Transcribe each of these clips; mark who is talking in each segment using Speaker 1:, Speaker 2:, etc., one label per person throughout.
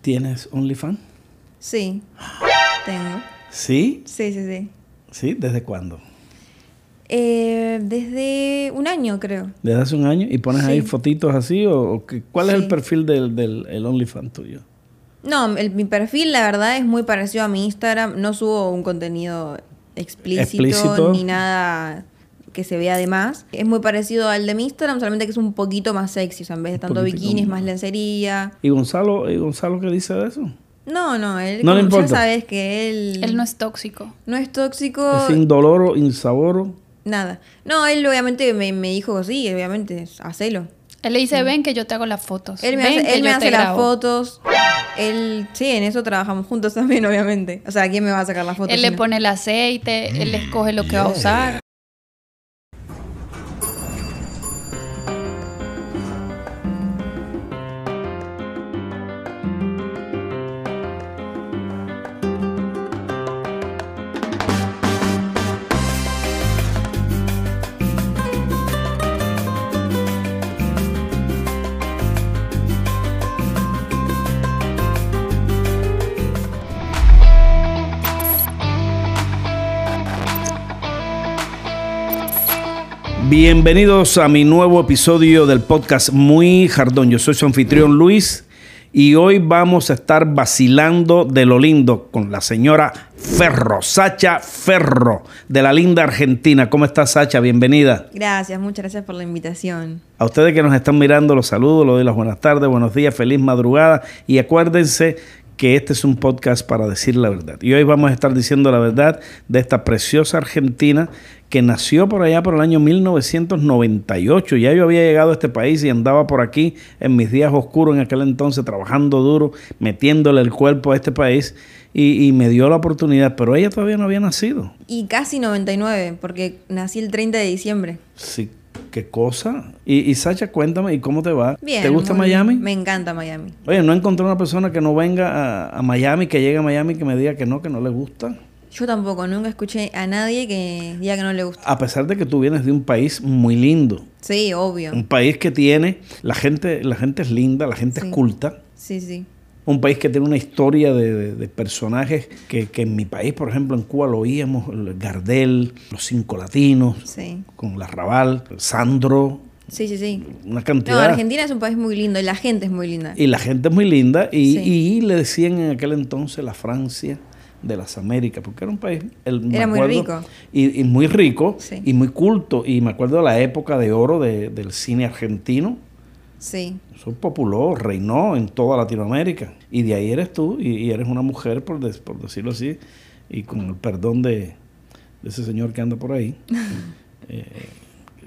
Speaker 1: ¿Tienes OnlyFans?
Speaker 2: Sí, tengo.
Speaker 1: ¿Sí?
Speaker 2: Sí, sí, sí.
Speaker 1: ¿Sí? ¿Desde cuándo?
Speaker 2: Eh, desde un año, creo.
Speaker 1: ¿Desde hace un año? ¿Y pones
Speaker 2: Sí.
Speaker 1: ahí fotitos así? ¿O, o qué- cuál es el
Speaker 2: Sí.
Speaker 1: perfil del, del el OnlyFans tuyo?
Speaker 2: No, el- mi perfil, la verdad, es muy parecido a mi Instagram. No subo un contenido explícito,
Speaker 1: Explícito.
Speaker 2: ni nada que se vea de más. Es muy parecido al de mi Instagram, solamente que es un poquito más sexy. O sea, en vez de
Speaker 1: Un
Speaker 2: tanto
Speaker 1: poquitico
Speaker 2: bikini, es
Speaker 1: más.
Speaker 2: más lencería.
Speaker 1: ¿Y Gonzalo, y Gonzalo qué dice de eso?
Speaker 2: No, no, él
Speaker 1: No le
Speaker 2: como
Speaker 1: importa.
Speaker 2: ya sabes que él,
Speaker 3: Él no es tóxico.
Speaker 2: no es tóxico,
Speaker 1: ¿Es indoloro, insaboro?
Speaker 2: nada. No, él obviamente me, me dijo sí, obviamente, hacelo.
Speaker 3: Él le dice, ven que yo te hago las fotos.
Speaker 2: Él me
Speaker 3: Ven que
Speaker 2: hace, él me
Speaker 3: yo te
Speaker 2: hace las
Speaker 3: grabo".
Speaker 2: fotos. Él, sí, en eso trabajamos juntos también, obviamente. O sea, ¿quién me va a sacar las fotos?
Speaker 3: Él
Speaker 2: si
Speaker 3: le
Speaker 2: no?
Speaker 3: pone el aceite, él
Speaker 1: Mm,
Speaker 3: le escoge lo que va a usar.
Speaker 1: Bienvenidos a mi nuevo episodio del podcast Muy Jardón. Yo soy su anfitrión Luis y hoy vamos a estar vacilando de lo lindo con la señora Ferro, Sacha Ferro, de la linda Argentina. ¿Cómo está Sacha? Bienvenida.
Speaker 2: Gracias, muchas gracias por la invitación.
Speaker 1: A ustedes que nos están mirando, los saludo, los doy las buenas tardes, buenos días, feliz madrugada y acuérdense que este es un podcast para decir la verdad. Y hoy vamos a estar diciendo la verdad de esta preciosa Argentina que nació por allá por el año 1998. Ya yo había llegado a este país y andaba por aquí en mis días oscuros en aquel entonces trabajando duro, metiéndole el cuerpo a este país y, y me dio la oportunidad, pero ella todavía no había nacido.
Speaker 2: Y casi 99, porque nací el 30 de diciembre.
Speaker 1: Sí, qué cosa. Y, y Sacha, cuéntame, ¿y cómo te va?
Speaker 2: Bien.
Speaker 1: ¿Te gusta
Speaker 2: muy bien.
Speaker 1: Miami?
Speaker 2: Me encanta Miami.
Speaker 1: Oye, no encontré una persona que no venga a, a Miami, que llegue a Miami, que me diga que no, que no le gusta.
Speaker 2: Yo tampoco, nunca escuché a nadie que diga que no le gusta.
Speaker 1: A pesar de que tú vienes de un país muy lindo.
Speaker 2: Sí, obvio.
Speaker 1: Un país que tiene, la gente, la gente es linda, la gente
Speaker 2: Sí.
Speaker 1: es culta.
Speaker 2: Sí, sí.
Speaker 1: Un país que tiene una historia de, de- de personajes que, que en mi país, por ejemplo, en Cuba lo oíamos, el Gardel, los cinco latinos,
Speaker 2: Sí.
Speaker 1: con la Raval, Sandro,
Speaker 2: Sí, sí, sí.
Speaker 1: una
Speaker 2: No,
Speaker 1: cantidad.
Speaker 2: Argentina es un país muy lindo y la gente es muy linda.
Speaker 1: Y la gente es muy linda y,
Speaker 2: Sí.
Speaker 1: y le decían en aquel entonces la Francia de las Américas, porque era un país... el- me
Speaker 2: Era muy
Speaker 1: acuerdo,
Speaker 2: rico.
Speaker 1: Y, y muy rico
Speaker 2: Sí.
Speaker 1: y muy culto. Y me acuerdo de la época de oro de- del cine argentino.
Speaker 2: Sí.
Speaker 1: Eso populó, reinó en toda Latinoamérica. Y de ahí eres tú y, y eres una mujer, por, des- por decirlo así, y con el perdón de, de ese señor que anda por ahí. eh,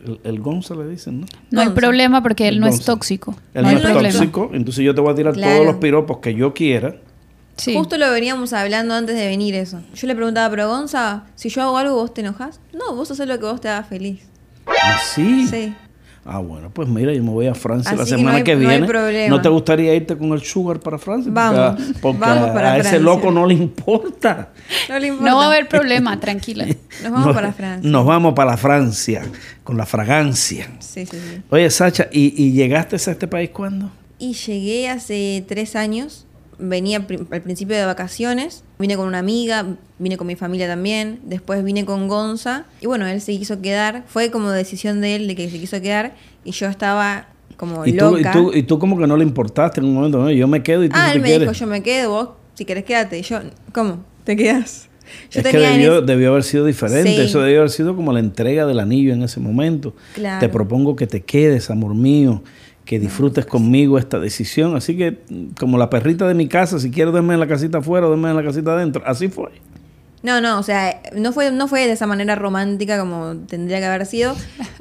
Speaker 1: el, el Gonza le dicen, ¿no?
Speaker 3: No hay
Speaker 2: Gonzo.
Speaker 3: problema porque él no es
Speaker 1: Gonzo.
Speaker 3: tóxico.
Speaker 1: Él
Speaker 3: no
Speaker 1: no
Speaker 3: hay
Speaker 1: es
Speaker 3: problema.
Speaker 1: tóxico, entonces yo te voy a tirar
Speaker 2: Claro.
Speaker 1: todos los piropos que yo quiera.
Speaker 3: Sí.
Speaker 2: Justo lo veníamos hablando antes de venir eso. Yo le preguntaba, pero Gonza, si yo hago algo, ¿vos te enojas? No, vos haces lo que vos te haga feliz.
Speaker 1: ¿Ah, sí?
Speaker 2: Sí.
Speaker 1: Ah, bueno, pues mira, yo me voy a Francia
Speaker 2: Así
Speaker 1: la
Speaker 2: que no
Speaker 1: semana
Speaker 2: hay-
Speaker 1: que
Speaker 2: no hay
Speaker 1: viene.
Speaker 2: problema.
Speaker 1: te gustaría irte con el Sugar para Francia?
Speaker 2: Vamos,
Speaker 1: porque a- porque
Speaker 2: vamos
Speaker 1: a-
Speaker 2: para
Speaker 1: a ese
Speaker 2: Francia.
Speaker 1: loco no le importa.
Speaker 2: No le importa.
Speaker 3: No va a haber problema, tranquila.
Speaker 2: Nos vamos para Francia.
Speaker 1: Nos vamos para la Francia, con la fragancia.
Speaker 2: Sí, sí, sí.
Speaker 1: Oye, Sacha, ¿y, y llegaste a este país cuándo?
Speaker 2: Y llegué hace tres años. Venía pri- al principio de vacaciones. Vine con una amiga, vine con mi familia también. Después vine con Gonza. Y bueno, él se quiso quedar. Fue como decisión de él de que se quiso quedar. Y yo estaba como
Speaker 1: Y tú, y,
Speaker 2: loca.
Speaker 1: tú, y tú como que no le importaste en un momento, no, yo me quedo y tú
Speaker 2: ah,
Speaker 1: si
Speaker 2: él
Speaker 1: te
Speaker 2: me
Speaker 1: quieres.
Speaker 2: dijo, yo me quedo, vos si querés quédate. Y yo, ¿cómo? ¿Te quedas? Yo
Speaker 1: es que
Speaker 2: en
Speaker 1: debió,
Speaker 2: ese-
Speaker 1: debió haber sido diferente.
Speaker 2: Sí.
Speaker 1: Eso debió haber sido como la entrega del anillo en ese momento.
Speaker 2: Claro. pues.
Speaker 1: Te propongo que te quedes, amor mío, que disfrutes conmigo esta decisión. Así que, mm, como la perrita de mi casa, si quieres, duerme en la casita afuera, duerme en la casita adentro. Así fue.
Speaker 2: No, no, o sea, no fue, no fue de esa manera romántica como tendría que haber sido,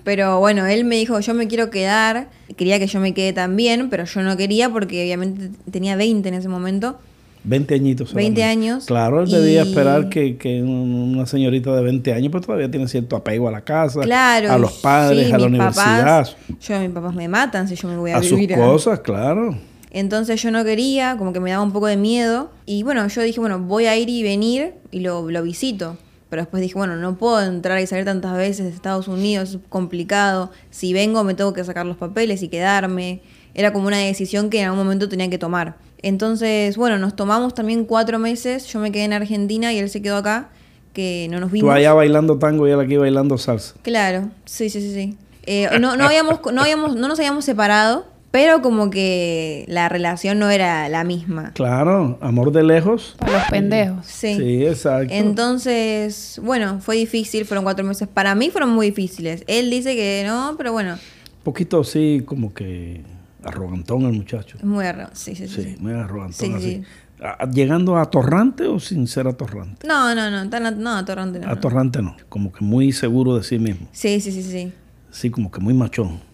Speaker 2: pero bueno, él me dijo, yo me quiero quedar, quería que yo me quede también, pero yo no quería porque obviamente tenía 20 en ese momento.
Speaker 1: 20 añitos.
Speaker 2: 20
Speaker 1: solamente.
Speaker 2: años,
Speaker 1: Claro, él debía
Speaker 2: y-
Speaker 1: esperar que, que un- una señorita de 20 años, pues todavía tiene cierto apego a la casa,
Speaker 2: Claro.
Speaker 1: a los padres,
Speaker 2: sí,
Speaker 1: a la
Speaker 2: mis
Speaker 1: universidad,
Speaker 2: Papás, yo, mis papás me matan si yo me voy a,
Speaker 1: a sus
Speaker 2: vivir a-
Speaker 1: cosas, claro.
Speaker 2: Entonces yo no quería, como que me daba un poco de miedo. Y bueno, yo dije, bueno, voy a ir y venir y lo, lo visito. Pero después dije, bueno, no puedo entrar y salir tantas veces de Estados Unidos, es complicado. Si vengo me tengo que sacar los papeles y quedarme. Era como una decisión que en algún momento tenía que tomar. Entonces, bueno, nos tomamos también cuatro meses. Yo me quedé en Argentina y él se quedó acá, que no nos
Speaker 1: Tú
Speaker 2: vimos.
Speaker 1: allá bailando tango y él aquí bailando salsa.
Speaker 2: Claro, sí, sí, sí, sí. Eh, no, no, habíamos, no, habíamos, no nos habíamos separado, pero como que la relación no era la misma.
Speaker 1: Claro, amor de lejos.
Speaker 3: Para los pendejos.
Speaker 2: Sí.
Speaker 1: exacto.
Speaker 2: Entonces, bueno, fue difícil, fueron cuatro meses. Para mí fueron muy difíciles. Él dice que no, pero bueno,
Speaker 1: poquito así como que arrogantón el muchacho.
Speaker 2: es muy raro. Sí, sí, sí.
Speaker 1: Sí,
Speaker 2: sí.
Speaker 1: muy arrogantón
Speaker 2: Sí,
Speaker 1: así.
Speaker 2: sí.
Speaker 1: A- ¿Llegando a atorrante o sin ser atorrante?
Speaker 2: No, no, no, tan a- no, atorrante no. no.
Speaker 1: Atorrante no, como que muy seguro de sí mismo.
Speaker 2: Sí, sí, sí, sí.
Speaker 1: Sí, como que muy machón.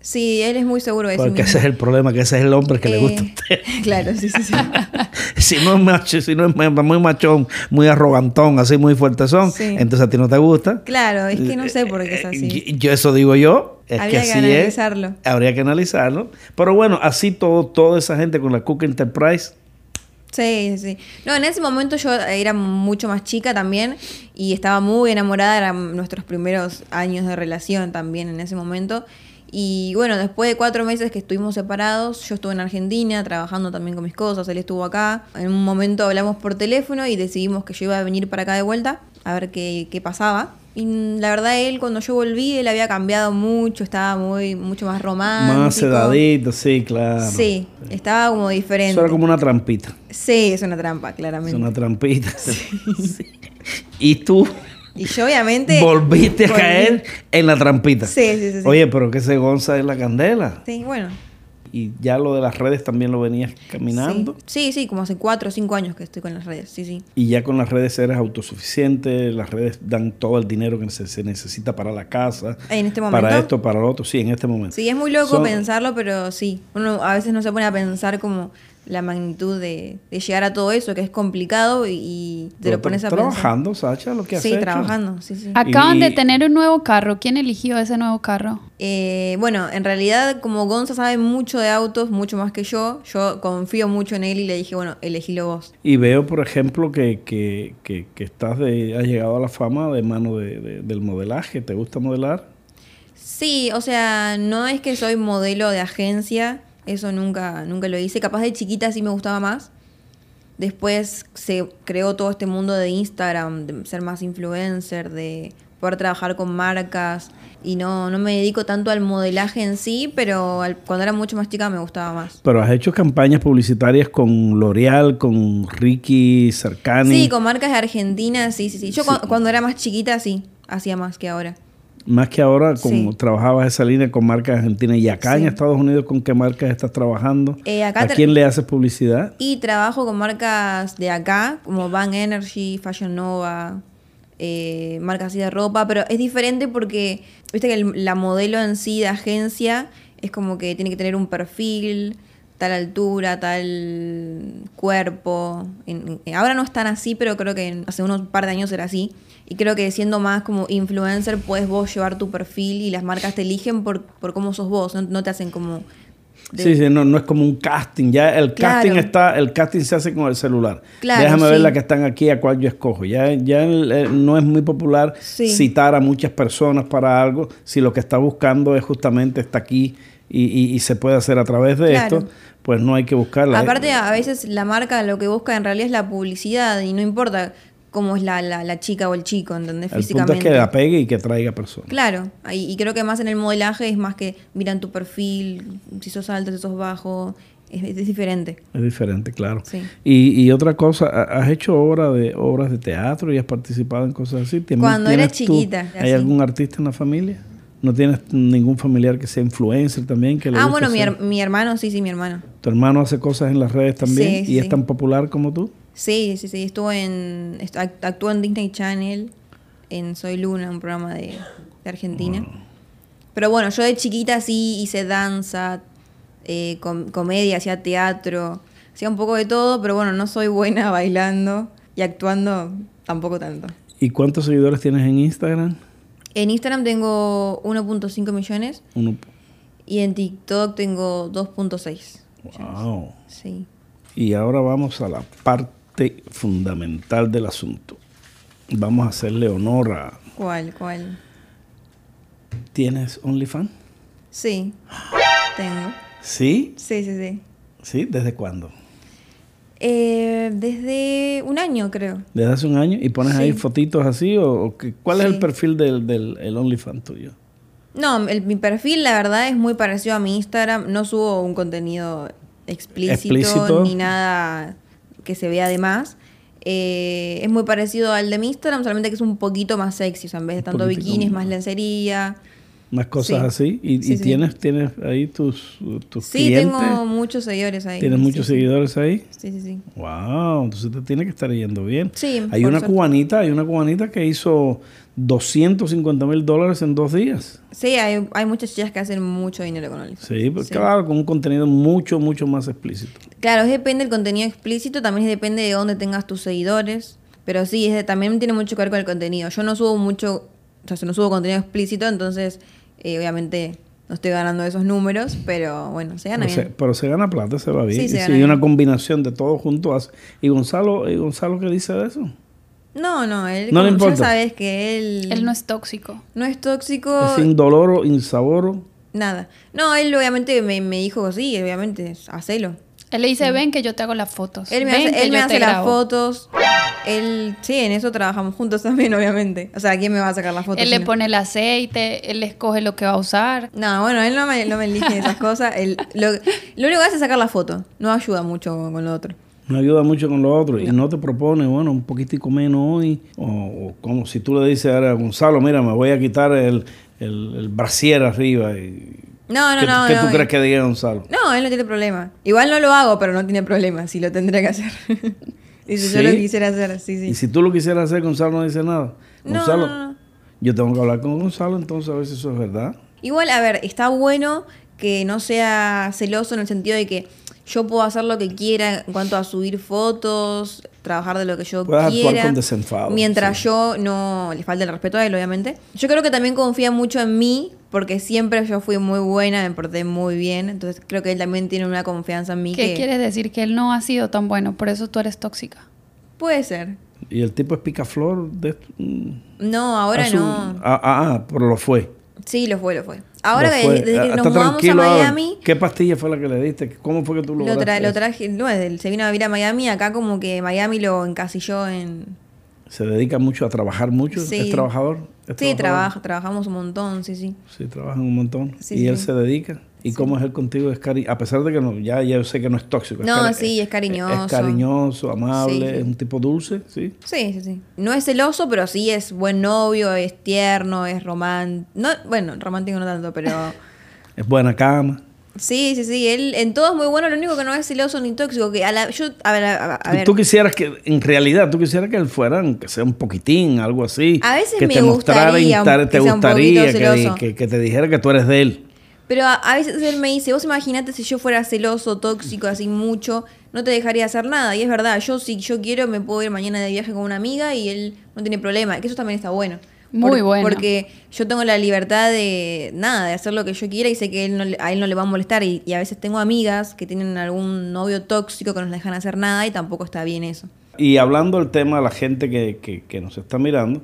Speaker 2: Sí, él es muy seguro de sí
Speaker 1: Porque
Speaker 2: mismo.
Speaker 1: ese es el problema, que ese es el hombre que le gusta a
Speaker 2: Pues Eh,
Speaker 1: usted.
Speaker 2: Claro, sí, sí, sí.
Speaker 1: Si no es macho, si no es ma- muy machón, muy arrogantón, así muy fuertezón,
Speaker 2: Sí.
Speaker 1: entonces a ti no te gusta.
Speaker 2: Claro, es que no sé por qué es
Speaker 1: Eh,
Speaker 2: así.
Speaker 1: y- Yo eso digo yo. Es
Speaker 2: Habría
Speaker 1: que,
Speaker 2: que
Speaker 1: así es.
Speaker 2: analizarlo.
Speaker 1: Habría que analizarlo. Pero bueno, así todo, toda esa gente con la Cook Enterprise.
Speaker 2: Sí, sí. No, en ese momento yo era mucho más chica también y estaba muy enamorada, eran nuestros primeros años de relación también en ese momento. Y bueno, después de cuatro meses que estuvimos separados, yo estuve en Argentina trabajando también con mis cosas, él estuvo acá. En un momento hablamos por teléfono y decidimos que yo iba a venir para acá de vuelta a ver qué, qué pasaba. Y mm, la verdad él cuando yo volví, él había cambiado mucho, estaba muy mucho más romántico.
Speaker 1: Más sedadito, sí, claro.
Speaker 2: Ah, Sí, estaba como diferente.
Speaker 1: Eso era como una trampita.
Speaker 2: Sí, es una trampa,
Speaker 1: Es
Speaker 2: claramente.
Speaker 1: una trampita. Sí. Y tú
Speaker 2: Y yo obviamente...
Speaker 1: volviste a
Speaker 2: volví.
Speaker 1: caer en la trampita.
Speaker 2: Sí, sí, sí, sí.
Speaker 1: Oye, pero que ese Gonza es la candela.
Speaker 2: Sí, bueno.
Speaker 1: Y ya lo de las redes también lo venías caminando.
Speaker 2: Sí. sí, sí, como hace cuatro o cinco años que estoy con las redes, sí, sí.
Speaker 1: Y ya con las redes eres autosuficiente, las redes dan todo el dinero que se, se necesita para la casa.
Speaker 2: En este
Speaker 1: Para
Speaker 2: momento.
Speaker 1: esto, para lo otro, sí, en este momento.
Speaker 2: Sí, es muy loco
Speaker 1: Son-
Speaker 2: pensarlo, pero sí. Uno a veces no se pone a pensar como la magnitud de, de llegar a todo eso, que es complicado y, y te
Speaker 1: pero
Speaker 2: lo pones a
Speaker 1: Trabajando, Sacha, lo que
Speaker 2: pensar.
Speaker 1: has
Speaker 2: Sí,
Speaker 1: hecho.
Speaker 2: trabajando, sí, sí.
Speaker 3: Acaban de
Speaker 1: Y-
Speaker 3: tener un nuevo carro. ¿Quién eligió ese nuevo carro?
Speaker 2: Eh, bueno, en realidad como Gonza sabe mucho de autos, mucho más que yo, yo confío mucho en él y le dije, bueno, elegílo vos.
Speaker 1: Y veo, por ejemplo, que, que, que- que estás de, has llegado a la fama de mano de- de- del modelaje. ¿Te gusta modelar?
Speaker 2: Sí, o sea, no es que soy modelo de agencia, eso nunca, nunca lo hice. Capaz de chiquita sí me gustaba más. Después se creó todo este mundo de Instagram, de ser más influencer, de poder trabajar con marcas. Y no, no me dedico tanto al modelaje en sí, pero al- cuando era mucho más chica me gustaba más.
Speaker 1: Pero has hecho campañas publicitarias con L'Oreal, con Ricky Sarkani.
Speaker 2: Sí, con marcas de Argentina, sí, sí, sí. Yo
Speaker 1: Sí.
Speaker 2: cu- cuando era más chiquita sí, hacía más que ahora.
Speaker 1: Más que ahora, con,
Speaker 2: Sí.
Speaker 1: trabajabas esa línea con marcas argentinas. ¿Y acá en
Speaker 2: Sí.
Speaker 1: Estados Unidos con qué marcas estás trabajando?
Speaker 2: Eh, acá
Speaker 1: ¿A
Speaker 2: tra-
Speaker 1: quién le haces publicidad?
Speaker 2: Y trabajo con marcas de acá, como Van Energy, Fashion Nova, eh, marcas así de ropa, pero es diferente porque, viste que el- la modelo en sí de agencia es como que tiene que tener un perfil, tal altura, tal cuerpo. En- en- ahora no es tan así, pero creo que en- hace unos par de años era así. Y creo que siendo más como influencer puedes vos llevar tu perfil y las marcas te eligen por, por cómo sos vos, no, no te hacen como... de-
Speaker 1: Sí, sí, no, no es como un casting. Ya el
Speaker 2: Claro.
Speaker 1: casting está, el casting se hace con el celular.
Speaker 2: Claro,
Speaker 1: Déjame ver
Speaker 2: sí.
Speaker 1: las que están aquí, a cuál yo escojo. Ya, ya el- eh, no es muy popular
Speaker 2: Sí.
Speaker 1: citar a muchas personas para algo si lo que está buscando es justamente está aquí y, y- y se puede hacer a través de
Speaker 2: Claro.
Speaker 1: esto, pues no hay que buscarla.
Speaker 2: Aparte, a veces la marca lo que busca en realidad es la publicidad y no importa cómo es la, la, la chica o el chico, ¿entendés?
Speaker 1: el punto es que la pegue y que traiga personas.
Speaker 2: Claro, ahí- y creo que más en el modelaje es más que miran tu perfil, si sos alto, si sos bajo, es, es diferente.
Speaker 1: Es diferente, claro.
Speaker 2: Sí.
Speaker 1: Y, y otra cosa, ha- ¿has hecho obra de, obras de teatro y has participado en cosas así? ¿Tienes-
Speaker 2: Cuando era
Speaker 1: tienes tú-
Speaker 2: chiquita,
Speaker 1: ¿Hay
Speaker 2: así.
Speaker 1: algún artista en la familia? ¿No tienes ningún familiar que sea influencer también? Que le
Speaker 2: Ah,
Speaker 1: guste
Speaker 2: bueno, mi,
Speaker 1: hacer-
Speaker 2: her- mi hermano, sí, sí, mi hermano.
Speaker 1: ¿Tu hermano hace cosas en las redes también y
Speaker 2: Sí,
Speaker 1: es
Speaker 2: sí.
Speaker 1: tan popular como tú?
Speaker 2: Sí, sí, sí, estuvo en, est- act- actuó en Disney Channel, en Soy Luna, un programa de, de Argentina. Pero bueno, yo de chiquita sí hice danza, eh, com- comedia, hacía teatro, hacía un poco de todo, pero bueno, no soy buena bailando y actuando tampoco tanto.
Speaker 1: ¿Y cuántos seguidores tienes en Instagram?
Speaker 2: En Instagram tengo 1.5 millones
Speaker 1: Uno.
Speaker 2: y en TikTok tengo 2.6.
Speaker 1: Wow.
Speaker 2: Sí.
Speaker 1: Y ahora vamos a la parte fundamental del asunto. Vamos a hacerle honor a...
Speaker 2: ¿Cuál, cuál?
Speaker 1: ¿Tienes OnlyFans?
Speaker 2: Sí. Tengo.
Speaker 1: Sí,
Speaker 2: Sí, sí, sí.
Speaker 1: sí. ¿Desde cuándo?
Speaker 2: Eh, desde un año, creo.
Speaker 1: ¿Desde hace un año? ¿Y pones
Speaker 2: Sí.
Speaker 1: ahí fotitos así? ¿O, o qué- cuál es el
Speaker 2: Sí.
Speaker 1: perfil del, del el OnlyFans tuyo?
Speaker 2: No, el- mi perfil, la verdad, es muy parecido a mi Instagram. No subo un contenido explícito,
Speaker 1: Explícito.
Speaker 2: ni nada que se vea de más. Eh, es muy parecido al de mi Instagram, solamente que es un poquito más sexy. O sea, en vez de
Speaker 1: Un
Speaker 2: tanto
Speaker 1: poquitico
Speaker 2: bikinis,
Speaker 1: más.
Speaker 2: más lencería.
Speaker 1: Unas cosas así. ¿Y, y
Speaker 2: Sí, sí.
Speaker 1: tienes tienes ahí tus, tus
Speaker 2: Sí,
Speaker 1: clientes?
Speaker 2: tengo muchos seguidores ahí.
Speaker 1: ¿Tienes
Speaker 2: Sí,
Speaker 1: muchos
Speaker 2: sí.
Speaker 1: seguidores ahí?
Speaker 2: Sí, sí, sí.
Speaker 1: Wow, entonces te tiene que estar yendo bien.
Speaker 2: Sí,
Speaker 1: hay
Speaker 2: por
Speaker 1: una
Speaker 2: suerte.
Speaker 1: cubanita, hay una cubanita que hizo 250 mil dólares en dos días.
Speaker 2: Sí, hay, hay muchas chicas que hacen mucho dinero con OnlyFans.
Speaker 1: Sí, pues
Speaker 2: Sí.
Speaker 1: claro, con un contenido mucho, mucho más explícito.
Speaker 2: Claro, es depende del contenido explícito, también es depende de dónde tengas tus seguidores. Pero sí, es de- también tiene mucho que ver con el contenido. Yo no subo mucho, o sea, yo no subo contenido explícito, entonces eh, obviamente no estoy ganando esos números, pero bueno, se gana
Speaker 1: Pero se,
Speaker 2: bien.
Speaker 1: pero se gana plata, se va bien.
Speaker 2: Sí,
Speaker 1: y
Speaker 2: se
Speaker 1: si
Speaker 2: gana
Speaker 1: hay una
Speaker 2: bien.
Speaker 1: combinación de todo junto, hace- ¿y Gonzalo, y Gonzalo qué dice de eso?
Speaker 2: No, no, él
Speaker 1: No le
Speaker 2: como
Speaker 1: importa.
Speaker 2: ya sabes que él,
Speaker 3: Él no es tóxico.
Speaker 2: no es tóxico,
Speaker 1: Es indoloro, insaboro.
Speaker 2: nada. No, él obviamente me, me dijo sí, obviamente, hacelo.
Speaker 3: Él le dice, ven que yo te hago las fotos.
Speaker 2: Él me
Speaker 3: Ven que
Speaker 2: hace, él me
Speaker 3: yo te
Speaker 2: hace las
Speaker 3: grabo".
Speaker 2: fotos. Él, sí, en eso trabajamos juntos también, obviamente. O sea, ¿quién me va a sacar las fotos?
Speaker 3: Él
Speaker 2: si
Speaker 3: le
Speaker 2: no?
Speaker 3: pone el aceite, él escoge lo que va a usar.
Speaker 2: No, bueno, él no me, no me elige esas cosas. Él- lo, lo único que hace es sacar la foto. No ayuda mucho con, con lo otro.
Speaker 1: No ayuda mucho con lo otro. Y no te propone, bueno, un poquitico menos hoy. O, o como si tú le dices ahora a Gonzalo, mira, me voy a quitar el, el, el brasier arriba. Y,
Speaker 2: No, no,
Speaker 1: ¿Qué,
Speaker 2: no.
Speaker 1: qué
Speaker 2: no,
Speaker 1: tú
Speaker 2: él-
Speaker 1: crees que diga Gonzalo?
Speaker 2: No, él no tiene problema. Igual no lo hago, pero no tiene problema. Si lo tendría que hacer. y si yo
Speaker 1: ¿Sí?
Speaker 2: lo quisiera hacer, sí, sí.
Speaker 1: Y si tú lo quisieras hacer, Gonzalo no dice nada.
Speaker 2: No,
Speaker 1: Gonzalo,
Speaker 2: no, no.
Speaker 1: yo tengo que hablar con Gonzalo entonces a ver si eso es verdad.
Speaker 2: Igual, a ver, está bueno que no sea celoso en el sentido de que yo puedo hacer lo que quiera en cuanto a subir fotos, trabajar de lo que yo
Speaker 1: Puedas actuar
Speaker 2: quiera.
Speaker 1: con desenfado,
Speaker 2: Mientras
Speaker 1: sí.
Speaker 2: yo no le falte el respeto a él, obviamente. Yo creo que también confía mucho en mí, porque siempre yo fui muy buena, me porté muy bien. Entonces creo que él también tiene una confianza en mí
Speaker 3: ¿Qué
Speaker 2: que
Speaker 3: quieres decir? Que él no ha sido tan bueno, por eso tú eres tóxica.
Speaker 2: puede ser.
Speaker 1: Y el tipo es picaflor de esto, mm,
Speaker 2: No, ahora
Speaker 1: a su-
Speaker 2: no.
Speaker 1: Ah, ah, ah, pero lo fue.
Speaker 2: Sí, lo fue, lo fue. Ahora
Speaker 1: Lo
Speaker 2: que
Speaker 1: fue.
Speaker 2: desde
Speaker 1: Ah,
Speaker 2: que
Speaker 1: está
Speaker 2: nos mudamos a
Speaker 1: tranquilo, ahora.
Speaker 2: Miami,
Speaker 1: ¿Qué pastilla fue la que le diste? ¿Cómo fue que tú
Speaker 2: Lo, tra-
Speaker 1: lograste
Speaker 2: lo
Speaker 1: eso?
Speaker 2: traje, no, desde el- se vino a vivir a Miami, acá como que Miami lo encasilló en...
Speaker 1: ¿Se dedica mucho a trabajar mucho? ¿Es
Speaker 2: Sí.
Speaker 1: trabajador? ¿Es
Speaker 2: Sí,
Speaker 1: trabajador?
Speaker 2: trabaja, trabajamos un montón, sí, sí.
Speaker 1: Sí, trabajan un montón.
Speaker 2: Sí,
Speaker 1: y él
Speaker 2: sí.
Speaker 1: se dedica. ¿Y cómo es él contigo? Es cari a pesar de que no, ya, ya yo sé que no es tóxico.
Speaker 2: No,
Speaker 1: cari-
Speaker 2: sí, es cariñoso.
Speaker 1: Es cariñoso, amable,
Speaker 2: Sí, sí.
Speaker 1: es un tipo dulce, ¿sí?
Speaker 2: Sí, sí, sí. No es celoso, pero sí es buen novio, es tierno, es romántico. No, bueno, romántico no tanto, pero...
Speaker 1: Es buena cama.
Speaker 2: Sí, sí, sí. Él en todo es muy bueno, lo único que no es celoso ni tóxico. Que a la, yo, a ver, a, a ver.
Speaker 1: Tú quisieras que, en realidad, tú quisieras que él fuera, que sea un poquitín, algo así.
Speaker 2: A veces
Speaker 1: que
Speaker 2: me
Speaker 1: te mostrara,
Speaker 2: gustaría
Speaker 1: instar-
Speaker 2: un-
Speaker 1: te
Speaker 2: que sea un
Speaker 1: gustaría
Speaker 2: poquito
Speaker 1: que,
Speaker 2: celoso.
Speaker 1: que- que te dijera que tú eres de él.
Speaker 2: Pero a, a veces él me dice, vos imaginate si yo fuera celoso, tóxico, así mucho, no te dejaría hacer nada. Y es verdad, yo si yo quiero me puedo ir mañana de viaje con una amiga y él no tiene problema. Que eso también está bueno.
Speaker 3: Muy bueno.
Speaker 2: Porque yo tengo la libertad de nada, de hacer lo que yo quiera y sé que él no le- a él no le va a molestar. Y, y a veces tengo amigas que tienen algún novio tóxico que no les dejan hacer nada y tampoco está bien eso.
Speaker 1: Y hablando del tema, la gente que, que- que nos está mirando,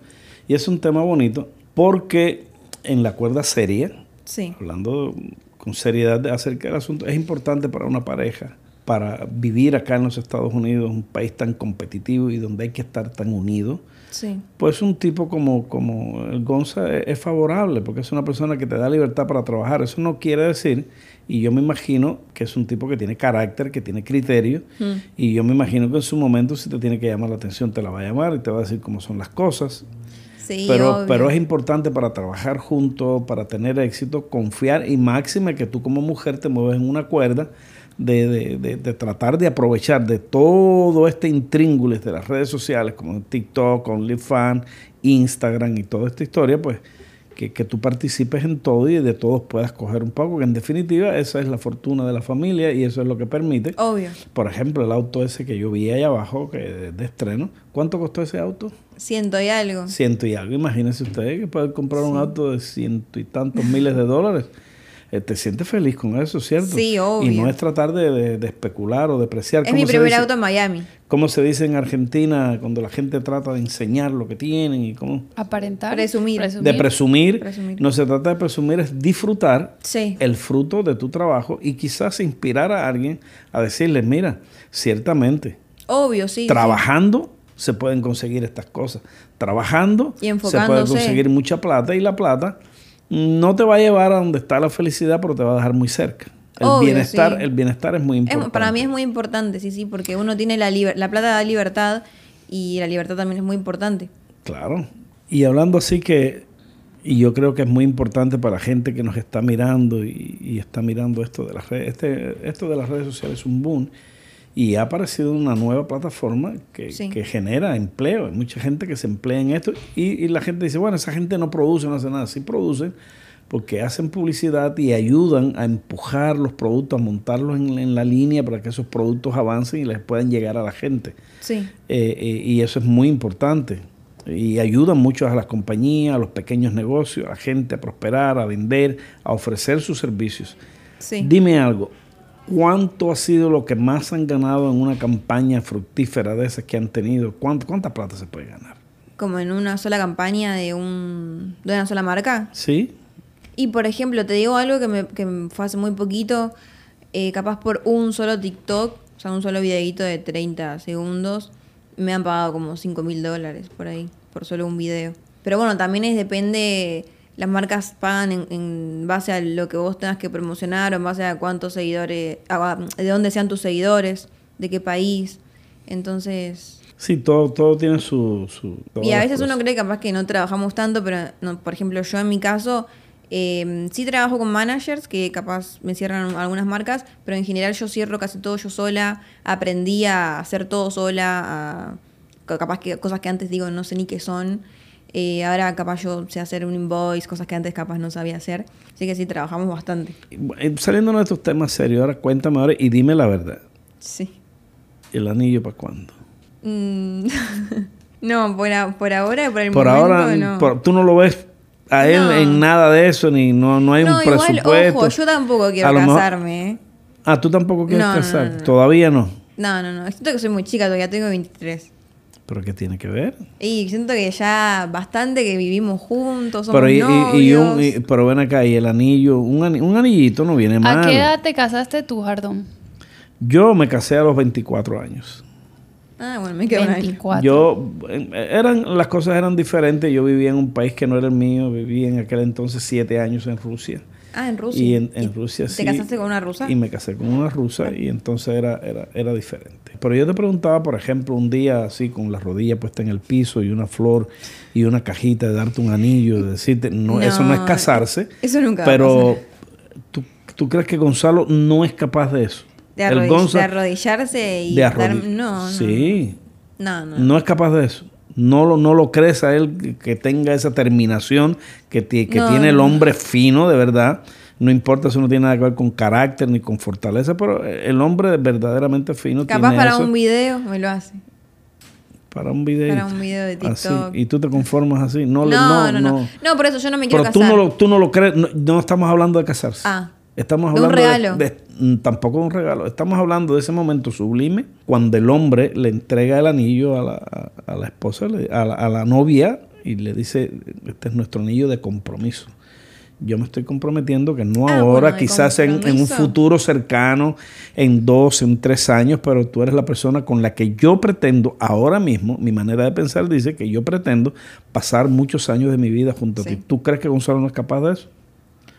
Speaker 1: y es un tema bonito, porque en la cuerda seria,
Speaker 2: Sí.
Speaker 1: hablando con seriedad de- acerca del asunto, es importante para una pareja, para vivir acá en los Estados Unidos, un país tan competitivo y donde hay que estar tan unido,
Speaker 2: Sí.
Speaker 1: pues un tipo como, como el Gonza es, es favorable, porque es una persona que te da libertad para trabajar. Eso no quiere decir, y yo me imagino que es un tipo que tiene carácter, que tiene criterio,
Speaker 2: Mm.
Speaker 1: y yo me imagino que en su momento si te tiene que llamar la atención, te la va a llamar y te va a decir cómo son las cosas.
Speaker 2: Sí,
Speaker 1: Pero,
Speaker 2: obvio.
Speaker 1: pero es importante para trabajar juntos, para tener éxito, confiar y máxime que tú como mujer te mueves en una cuerda de, de- de- de tratar de aprovechar de todo este intríngulis de las redes sociales como TikTok, OnlyFans, Instagram y toda esta historia, pues que, que tú participes en todo y de todos puedas coger un poco, que en definitiva esa es la fortuna de la familia y eso es lo que permite.
Speaker 2: Obvio.
Speaker 1: Por ejemplo, el auto ese que yo vi ahí abajo, que de- de estreno, ¿cuánto costó ese auto?
Speaker 2: Siento y algo.
Speaker 1: ciento y algo. Imagínense ustedes que pueden comprar un auto de ciento y tantos miles de dólares. Eh, te sientes feliz con eso, ¿cierto?
Speaker 2: Sí, obvio.
Speaker 1: Y no es tratar de, de- de especular o depreciar.
Speaker 2: es mi
Speaker 1: ¿cómo se
Speaker 2: primer
Speaker 1: dice?
Speaker 2: auto en Miami.
Speaker 1: ¿Cómo se dice en Argentina cuando la gente trata de enseñar lo que tienen y cómo?
Speaker 3: Aparentar.
Speaker 2: Presumir.
Speaker 1: De presumir.
Speaker 2: Presumir.
Speaker 1: No se trata de presumir, es disfrutar
Speaker 2: Sí.
Speaker 1: el fruto de tu trabajo y quizás inspirar a alguien a decirles, mira, ciertamente,
Speaker 2: Obvio, sí. sí.
Speaker 1: trabajando se pueden conseguir estas cosas. Trabajando se
Speaker 2: Y
Speaker 1: puede
Speaker 2: enfocándose.
Speaker 1: conseguir mucha plata y la plata no te va a llevar a donde está la felicidad, pero te va a dejar muy cerca. El
Speaker 2: Obvio,
Speaker 1: bienestar,
Speaker 2: sí.
Speaker 1: el bienestar es muy
Speaker 2: Es-
Speaker 1: importante.
Speaker 2: para mí es muy importante, sí, sí, porque uno tiene la liber- la plata da libertad y la libertad también es muy importante.
Speaker 1: Claro. Y hablando así que, y yo creo que es muy importante para la gente que nos está mirando y, y está mirando esto de las redes, este, esto de las redes sociales es un boom. Y ha aparecido una nueva plataforma que,
Speaker 2: Sí.
Speaker 1: que genera empleo. Hay mucha gente que se emplea en esto. Y, y la gente dice, bueno, esa gente no produce, no hace nada. Sí producen porque hacen publicidad y ayudan a empujar los productos, a montarlos en- en la línea para que esos productos avancen y les puedan llegar a la gente.
Speaker 2: Sí.
Speaker 1: Eh, eh, y eso es muy importante. Y ayudan mucho a las compañías, a los pequeños negocios, a la gente a prosperar, a vender, a ofrecer sus servicios.
Speaker 2: Sí.
Speaker 1: Dime algo, ¿cuánto ha sido lo que más han ganado en una campaña fructífera de esas que han tenido? ¿Cuánto, ¿Cuánta plata se puede ganar?
Speaker 2: Como en una sola campaña de, un, de una sola marca.
Speaker 1: ¿Sí?
Speaker 2: Y por ejemplo, te digo algo que me, que me fue hace muy poquito, eh, capaz por un solo TikTok, o sea, un solo videito de 30 segundos, me han pagado como 5 mil dólares por ahí, por solo un video. Pero bueno, también es depende, las marcas pagan en, en base a lo que vos tengas que promocionar, o en base a cuántos seguidores, a- de dónde sean tus seguidores, de qué país. Entonces,
Speaker 1: Sí, todo, todo tiene su... su
Speaker 2: y a
Speaker 1: todas las
Speaker 2: veces uno
Speaker 1: cosas.
Speaker 2: cree capaz que no trabajamos tanto, pero no, por ejemplo yo en mi caso eh, sí trabajo con managers que capaz me cierran algunas marcas, pero en general yo cierro casi todo yo sola, aprendí a hacer todo sola, a, ca- capaz que cosas que antes digo no sé ni qué son, eh, ahora capaz yo sé hacer un invoice, cosas que antes capaz no sabía hacer, así que sí trabajamos bastante.
Speaker 1: Eh, Saliendo de estos temas serios, ahora cuéntame ahora y dime la verdad.
Speaker 2: Sí.
Speaker 1: ¿El anillo para cuándo?
Speaker 2: Mm, no, por, a- por ahora, por el
Speaker 1: por
Speaker 2: momento
Speaker 1: ahora
Speaker 2: no.
Speaker 1: por- tú no lo ves a él
Speaker 2: No.
Speaker 1: en nada de eso ni no, no hay
Speaker 2: no,
Speaker 1: un
Speaker 2: igual,
Speaker 1: presupuesto
Speaker 2: ojo, yo tampoco quiero
Speaker 1: A lo mejor-
Speaker 2: casarme, ¿eh?
Speaker 1: ah tú tampoco quieres
Speaker 2: No, no, no,
Speaker 1: casar
Speaker 2: no, no.
Speaker 1: todavía no
Speaker 2: No, no, no. Siento que soy muy chica todavía, tengo 23.
Speaker 1: pero qué tiene que ver
Speaker 2: Y siento que ya bastante que vivimos juntos, somos
Speaker 1: pero y-
Speaker 2: novios.
Speaker 1: y- y un- y- pero ven acá y el anillo un, ani- un anillito no viene
Speaker 3: ¿A
Speaker 1: mal
Speaker 3: qué edad te casaste tú, Jardón?
Speaker 1: yo me casé a los 24 años
Speaker 2: Ah, bueno, me quedo un año.
Speaker 3: 24.
Speaker 1: Yo eh, eran las cosas eran diferentes. Yo vivía en un país que no era el mío. Viví en aquel entonces siete años en Rusia.
Speaker 2: Ah, en Rusia.
Speaker 1: Y en, en Rusia
Speaker 2: ¿Te
Speaker 1: sí.
Speaker 2: casaste con una rusa?
Speaker 1: Y me casé con una rusa y entonces era, era, era diferente. Pero yo te preguntaba, por ejemplo, un día así con la rodilla puesta en el piso y una flor y una cajita de darte un anillo, de decirte, no, eso no es
Speaker 2: No,
Speaker 1: casarse.
Speaker 2: eso nunca va a
Speaker 1: Pero ¿tú, tú crees que Gonzalo no es capaz de eso.
Speaker 2: De, arrodill-
Speaker 1: Gonza-
Speaker 2: de arrodillarse y
Speaker 1: de
Speaker 2: dar-
Speaker 1: arrodi-
Speaker 2: No, no.
Speaker 1: Sí,
Speaker 2: No, no.
Speaker 1: no es capaz de eso. No lo, no lo crees a él que- que tenga esa terminación que, ti- que
Speaker 2: No,
Speaker 1: tiene el
Speaker 2: no.
Speaker 1: hombre fino, de verdad. No importa si no tiene nada que ver con carácter ni con fortaleza, pero el hombre verdaderamente fino
Speaker 2: Capaz
Speaker 1: tiene
Speaker 2: para
Speaker 1: eso.
Speaker 2: un video me lo hace.
Speaker 1: para un video.
Speaker 2: para un video de
Speaker 1: Así.
Speaker 2: TikTok.
Speaker 1: Y tú te conformas así. No,
Speaker 2: No,
Speaker 1: le- no,
Speaker 2: no, no. No, por eso yo no me quiero
Speaker 1: Pero tú
Speaker 2: casar.
Speaker 1: no, lo, tú no lo crees. No, no estamos hablando de casarse.
Speaker 2: Ah.
Speaker 1: Estamos
Speaker 2: De un
Speaker 1: hablando de-
Speaker 2: regalo.
Speaker 1: de- mm, tampoco de un regalo. Estamos hablando de ese momento sublime cuando el hombre le entrega el anillo a la, a- a la esposa, le- a la, a la novia, y le dice: Este es nuestro anillo de compromiso. Yo me estoy comprometiendo que no
Speaker 2: Ah,
Speaker 1: ahora,
Speaker 2: bueno, de
Speaker 1: quizás en, en un
Speaker 2: compromiso.
Speaker 1: futuro cercano, en dos, en tres años, pero tú eres la persona con la que yo pretendo ahora mismo, mi manera de pensar dice que yo pretendo pasar muchos años de mi vida junto a
Speaker 2: Sí.
Speaker 1: ti. ¿Tú crees que Gonzalo no es capaz de eso?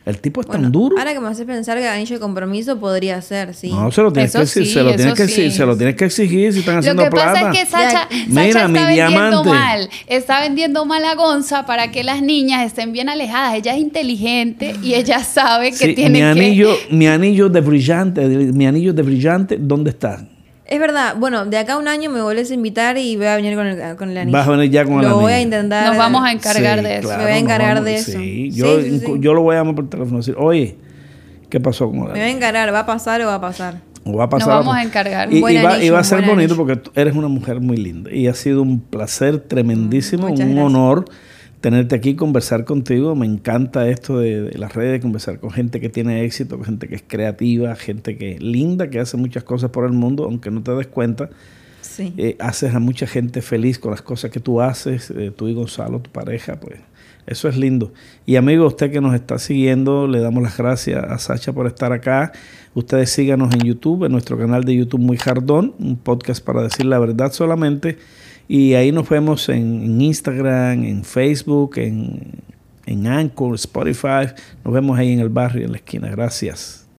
Speaker 1: El tipo es
Speaker 2: Bueno,
Speaker 1: tan duro.
Speaker 2: Ahora que me haces pensar que anillo de compromiso podría ser, sí.
Speaker 1: No, se lo tienes
Speaker 3: Eso
Speaker 1: que exigir,
Speaker 3: sí,
Speaker 1: se lo tienes
Speaker 3: eso
Speaker 1: que exigir,
Speaker 3: sí.
Speaker 1: se lo tienes que exigir si están
Speaker 3: Lo
Speaker 1: haciendo
Speaker 3: que pasa
Speaker 1: plata.
Speaker 3: es que Sacha,
Speaker 2: Ya-
Speaker 1: Mira,
Speaker 3: Sacha está
Speaker 1: mi
Speaker 3: vendiendo
Speaker 1: diamante.
Speaker 3: mal. Está vendiendo mal a Gonza para que las niñas estén bien alejadas. Ella es inteligente y ella sabe que
Speaker 1: Sí,
Speaker 3: tiene
Speaker 1: mi
Speaker 3: que...
Speaker 1: anillo, mi anillo de brillante, de- mi anillo de brillante, ¿dónde está?
Speaker 2: Es verdad, bueno, de acá a un año me volvés a invitar y voy a venir con el, con el anillo.
Speaker 1: Vas a venir ya con el
Speaker 2: Lo voy a
Speaker 1: anillo.
Speaker 2: intentar.
Speaker 3: Nos vamos a encargar de eso.
Speaker 2: Me voy a
Speaker 1: nos
Speaker 2: encargar
Speaker 1: vamos-
Speaker 2: de eso.
Speaker 1: sí,
Speaker 2: Sí,
Speaker 1: yo,
Speaker 2: sí, sí.
Speaker 1: yo lo voy a llamar por teléfono y decir, oye, ¿qué pasó con
Speaker 2: Me voy a
Speaker 1: Orlando?
Speaker 2: encarar, ¿va a pasar o va a pasar?
Speaker 1: O va a pasar
Speaker 3: Nos
Speaker 1: algo.
Speaker 3: vamos a encargar.
Speaker 1: Y,
Speaker 2: Un buen
Speaker 1: y va, y
Speaker 2: anillo,
Speaker 1: va a
Speaker 2: un
Speaker 1: ser
Speaker 2: buen
Speaker 1: bonito
Speaker 2: anillo.
Speaker 1: porque tú eres una mujer muy linda y ha sido un placer tremendísimo,
Speaker 2: Mm, Muchas
Speaker 1: un
Speaker 2: gracias.
Speaker 1: honor tenerte aquí, conversar contigo. Me encanta esto de, de las redes, conversar con gente que tiene éxito, con gente que es creativa, gente que es linda, que hace muchas cosas por el mundo, aunque no te des cuenta.
Speaker 2: Sí.
Speaker 1: eh, haces a mucha gente feliz con las cosas que tú haces, eh, tú y Gonzalo, tu pareja, pues eso es lindo. Y amigo, usted que nos está siguiendo, le damos las gracias a Sacha por estar acá. Ustedes síganos en YouTube, en nuestro canal de YouTube Muy Jardón, un podcast para decir la verdad solamente. Y ahí nos vemos en, en Instagram, en Facebook, en, en Anchor, Spotify. Nos vemos ahí en el barrio, en la esquina. Gracias.